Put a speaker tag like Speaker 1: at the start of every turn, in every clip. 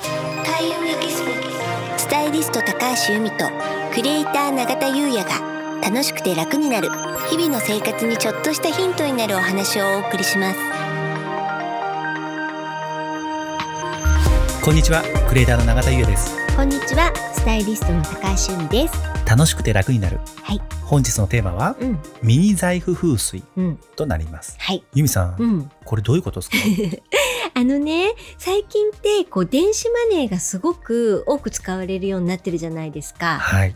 Speaker 1: 田優也ギススタイリスト高橋由美とクリエイター永田優也が楽しくて楽になる日々の生活にちょっとしたヒントになるお話をお送りします
Speaker 2: こんにちはクリエイターの永田優也です
Speaker 1: こんにちはスタイリストの高橋由美です
Speaker 2: 楽しくて楽になる
Speaker 1: はい
Speaker 2: 本日のテーマは
Speaker 1: うん
Speaker 2: ミニ財布風水
Speaker 1: うん
Speaker 2: となります
Speaker 1: はい
Speaker 2: 由美さん、
Speaker 1: うん
Speaker 2: これどういうことですか
Speaker 1: あのね最近ってこう電子マネーがすごく多く使われるようになってるじゃないですか
Speaker 2: はい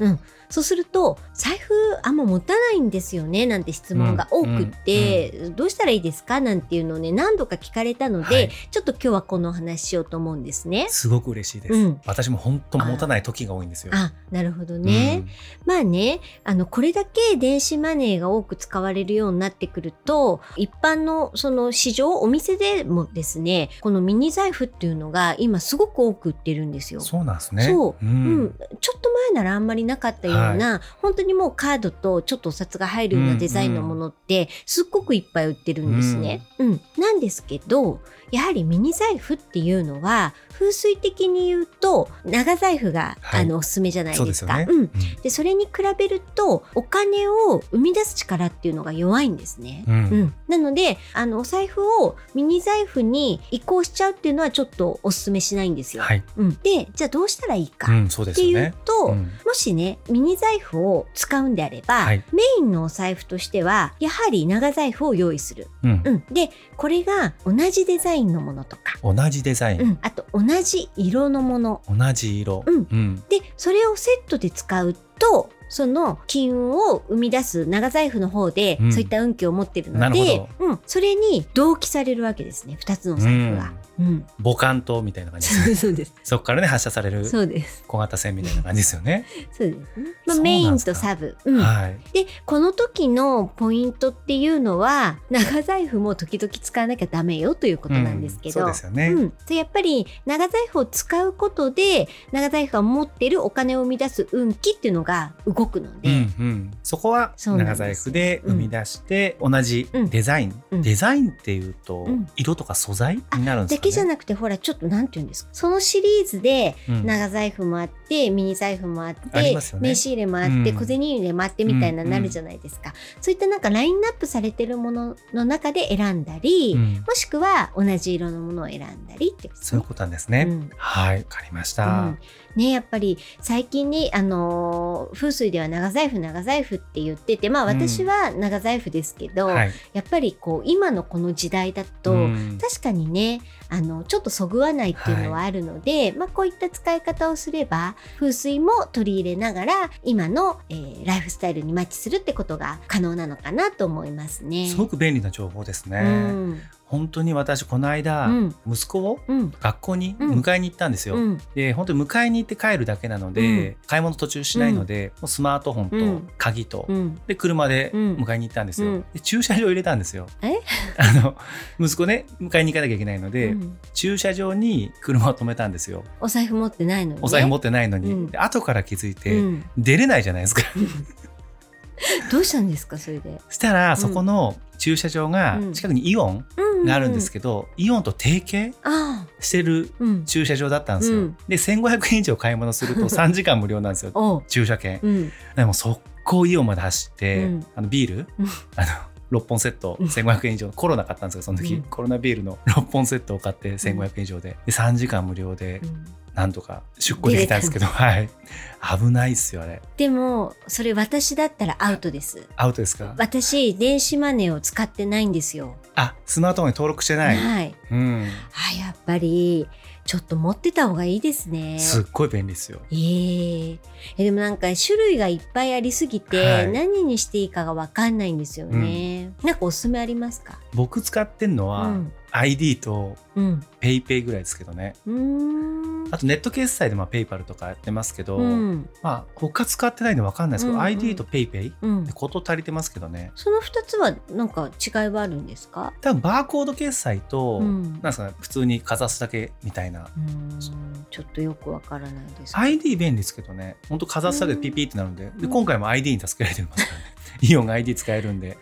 Speaker 1: そうすると財布あんま持たないんですよねなんて質問が多くって、どうしたらいいですかなんていうのをね何度か聞かれたので、
Speaker 2: はい
Speaker 1: ちょっと今日はこのお話ししようと思うんですね。
Speaker 2: すごく嬉しいです、
Speaker 1: うん
Speaker 2: 私も本当持たない時が多いんですよ
Speaker 1: あなるほどね、まあねあのこれだけ電子マネーが多く使われるようになってくると一般のその市場お店でもですねこのミニ財布っていうのが今すごく多く売ってるんです
Speaker 2: う
Speaker 1: よ
Speaker 2: ん。そうなんですね、
Speaker 1: そううんん、ちょっと前ならあんまりなかったような、本当にもうカードとちょっとお札が入るようなデザインのものって、すっごくいっぱい売ってるんですね、うんなんですけどやはりミニ財布っていうのは風水的に言うと長財布が、
Speaker 2: はい
Speaker 1: あのおすすめじゃない
Speaker 2: そう
Speaker 1: で
Speaker 2: ですす
Speaker 1: か
Speaker 2: よね、
Speaker 1: ん、でそれに比べるとお金を生み出す力っていうのが弱いんですね。
Speaker 2: うんうん
Speaker 1: うん、なのであのお財布をミニ財布に移行しちゃうっていうのはちょっとお勧めしないんですよ。
Speaker 2: はい、
Speaker 1: うん、でじゃあどうしたらいいか、
Speaker 2: うん、そうで
Speaker 1: っ
Speaker 2: す
Speaker 1: て
Speaker 2: よ
Speaker 1: いう
Speaker 2: ね
Speaker 1: と、
Speaker 2: うん
Speaker 1: もしねミニ財布を使うんであれば、
Speaker 2: はい
Speaker 1: メインのお財布としてはやはり長財布を用意する、
Speaker 2: うん
Speaker 1: うん、でこれが同じデザインのものとか、
Speaker 2: 同じデザイ
Speaker 1: う
Speaker 2: ン、
Speaker 1: ん、あと同じ色のもの
Speaker 2: 同じ色、
Speaker 1: うん
Speaker 2: うん
Speaker 1: でそれをセットで使うとその金運を生み出す長財布の方で、
Speaker 2: うん
Speaker 1: そういった運気を持ってるの
Speaker 2: なる
Speaker 1: で
Speaker 2: ほ、
Speaker 1: うん、それに同期されるわけですね2つのお財布が。うん、
Speaker 2: 母艦島みたいな感じで す
Speaker 1: そうそうです
Speaker 2: そこからね発射される
Speaker 1: そうです
Speaker 2: 小型船みたいな感じですよね、
Speaker 1: そうですね、まあ、
Speaker 2: そうなんですか
Speaker 1: メインとサブ、うん、
Speaker 2: はい
Speaker 1: でこの時のポイントっていうのは長財布も時々使わなきゃダメよということなんですけど、
Speaker 2: う
Speaker 1: うん
Speaker 2: そうですよね、
Speaker 1: んでやっぱり長財布を使うことで長財布が持ってるお金を生み出す運気っていうのが動くので、
Speaker 2: うんうん、そこは
Speaker 1: そうな
Speaker 2: 長
Speaker 1: んで
Speaker 2: 財
Speaker 1: す
Speaker 2: 布で生み出して同じデザイン、
Speaker 1: うん
Speaker 2: デザインっていうと
Speaker 1: うん
Speaker 2: 色とか素材になるんです
Speaker 1: だ
Speaker 2: か、
Speaker 1: け
Speaker 2: ね、
Speaker 1: じゃなくてほらちょっとなんて言うんですかそのシリーズで
Speaker 2: うん
Speaker 1: 長財布もあってミニ財布もあって
Speaker 2: ありますよね
Speaker 1: 名刺入れもあって、
Speaker 2: うん
Speaker 1: 小銭入れもあってみたいなのなるじゃないですか、そういったなんかラインナップされてるものの中で選んだり、
Speaker 2: うん
Speaker 1: もしくは同じ色のものを選んだりってこと
Speaker 2: そういうことなんですね、
Speaker 1: うん
Speaker 2: はいわかりまし
Speaker 1: う
Speaker 2: た
Speaker 1: ん、ねやっぱり最近ね、あのー風水では長財布長財布って言っててまあ
Speaker 2: うん
Speaker 1: 私は長財布ですけど、
Speaker 2: はい
Speaker 1: やっぱりこう今のこの時代だと、
Speaker 2: うん
Speaker 1: 確かにねあのちょっとそぐわないっていうのはあるので、まあ、こういった使い方をすれば風水も取り入れながら今の、えーライフスタイルにマッチするってことが可能なのかなと思いますね。
Speaker 2: すごく便利な情報ですね、
Speaker 1: うん
Speaker 2: 本当に私この間、
Speaker 1: うん
Speaker 2: 息子を
Speaker 1: うん
Speaker 2: 学校に
Speaker 1: うん
Speaker 2: 迎えに行ったんですよ、
Speaker 1: うん
Speaker 2: で本当に迎えに行って帰るだけなので、
Speaker 1: うん
Speaker 2: 買い物途中しないので、もうスマートフ
Speaker 1: う
Speaker 2: ォン
Speaker 1: ん
Speaker 2: と鍵と、
Speaker 1: うん
Speaker 2: で車で
Speaker 1: うん
Speaker 2: 迎えに行ったんですよ、
Speaker 1: うん
Speaker 2: で駐車場入れたんですよ
Speaker 1: え
Speaker 2: あの息子ね迎えに行かなきゃいけないので、
Speaker 1: うん
Speaker 2: 駐車場に車を止めたんですよ
Speaker 1: お財布持ってないのにね、
Speaker 2: お財布持ってないのに、
Speaker 1: うん
Speaker 2: で後から気づいて、
Speaker 1: うん
Speaker 2: 出れないじゃないですか
Speaker 1: どうしたんですかそれで。
Speaker 2: そしたらそこの駐車場が
Speaker 1: うん
Speaker 2: 近くにイオンがあるんですけど、イオンと提携
Speaker 1: ど。ああ、
Speaker 2: してる
Speaker 1: うん。
Speaker 2: 駐車場だったんですよ、
Speaker 1: うん
Speaker 2: で1500円以上買い物すると3時間無料なんですよ
Speaker 1: おう。
Speaker 2: 駐車券
Speaker 1: うん。
Speaker 2: でも速攻イオンまで走って、
Speaker 1: うん
Speaker 2: あのビール、
Speaker 1: うん
Speaker 2: あの6本セット
Speaker 1: うん
Speaker 2: 1500円以上のコロナ買ったんですよその時、
Speaker 1: うん
Speaker 2: コロナビールの6本セットを買って1500円以上でで3時間無料で
Speaker 1: うん
Speaker 2: なんとか出庫できたんですけど、はい危ないっすよあれ
Speaker 1: でも、それ私だったらアウトです。
Speaker 2: アウトですか
Speaker 1: 私、電子マネーを使ってないんですよ。
Speaker 2: あスマートフォンに登録してない、
Speaker 1: はい。
Speaker 2: うん、
Speaker 1: あ、やっぱり、ちょっと持ってた方がいいですね。
Speaker 2: すっごい便利ですよ
Speaker 1: えええでもなんか種類がいっぱいありすぎて、
Speaker 2: はい
Speaker 1: 何にしていいかがわかんないんですよね、なんかおすすめありますか
Speaker 2: 僕使ってんのは、
Speaker 1: うん
Speaker 2: ID と
Speaker 1: うん
Speaker 2: ペイペイぐらいですけどね
Speaker 1: うーん
Speaker 2: あとネット決済でまあペイパルとかやってますけど、
Speaker 1: うん
Speaker 2: まあ他使ってないんで分かんないですけど、
Speaker 1: うんうん
Speaker 2: ID とペイペイ
Speaker 1: うん
Speaker 2: こと足りてますけどね
Speaker 1: その二つはなんか違いはあるんですか
Speaker 2: 多分バーコード決済と、
Speaker 1: うん
Speaker 2: なんですかね普通にかざすだけみたいな
Speaker 1: うーんちょっとよくわからないですけど
Speaker 2: ID 便利ですけどね本当かざすだけでピピってなるんで,、
Speaker 1: う
Speaker 2: で
Speaker 1: ん
Speaker 2: 今回も ID に助けられてます からねイオンが ID 使えるんで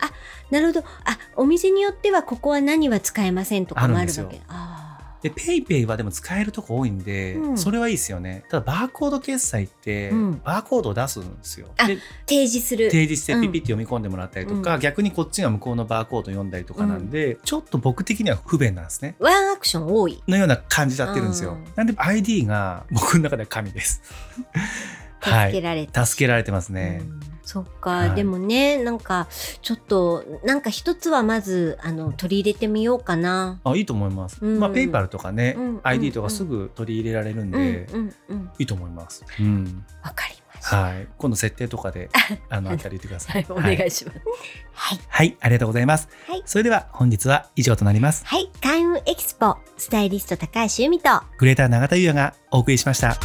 Speaker 1: なるほどあお店によってはここは何は使えませんとかもあ
Speaker 2: ある
Speaker 1: る
Speaker 2: んです
Speaker 1: わ
Speaker 2: よ
Speaker 1: けあ
Speaker 2: で、ペイペイはでも使えるとこ多いんで、
Speaker 1: うん
Speaker 2: それはいいですよね。ただ、バーコード決済って、
Speaker 1: うん
Speaker 2: バーコードを出すんですよ。
Speaker 1: あ
Speaker 2: で、
Speaker 1: 提示する。
Speaker 2: 提示してピピって読み込んでもらったりとか、逆にこっちが向こうのバーコード読んだりとかなんで、ちょっと僕的には不便なんですね。
Speaker 1: ワンアクション多い。
Speaker 2: のような感じちゃってるんですよ。
Speaker 1: うん
Speaker 2: なんで ID が僕の中では 神です。は
Speaker 1: 助け
Speaker 2: い。
Speaker 1: られた。
Speaker 2: 助けられてますね。
Speaker 1: うんそっか、
Speaker 2: はい
Speaker 1: でもねなんかちょっとなんか一つはまずあの取り入れてみようかな。
Speaker 2: あいいと思います。
Speaker 1: うん
Speaker 2: まあ、ペイパルとかね、
Speaker 1: うん
Speaker 2: ID とかすぐ取り入れられるんで、
Speaker 1: うんうんうん、
Speaker 2: いいと思います。うん。
Speaker 1: わかりました。
Speaker 2: はい。今度設定とか で、あの、あったり言ってくださ
Speaker 1: はいい、。お願いします。はい、
Speaker 2: はい、ありがとうございます。
Speaker 1: はい
Speaker 2: それでは本日は以上となります。
Speaker 1: はい、開運エキスポスタイリスト高橋由美と
Speaker 2: グレーター永田優也がお送りしました。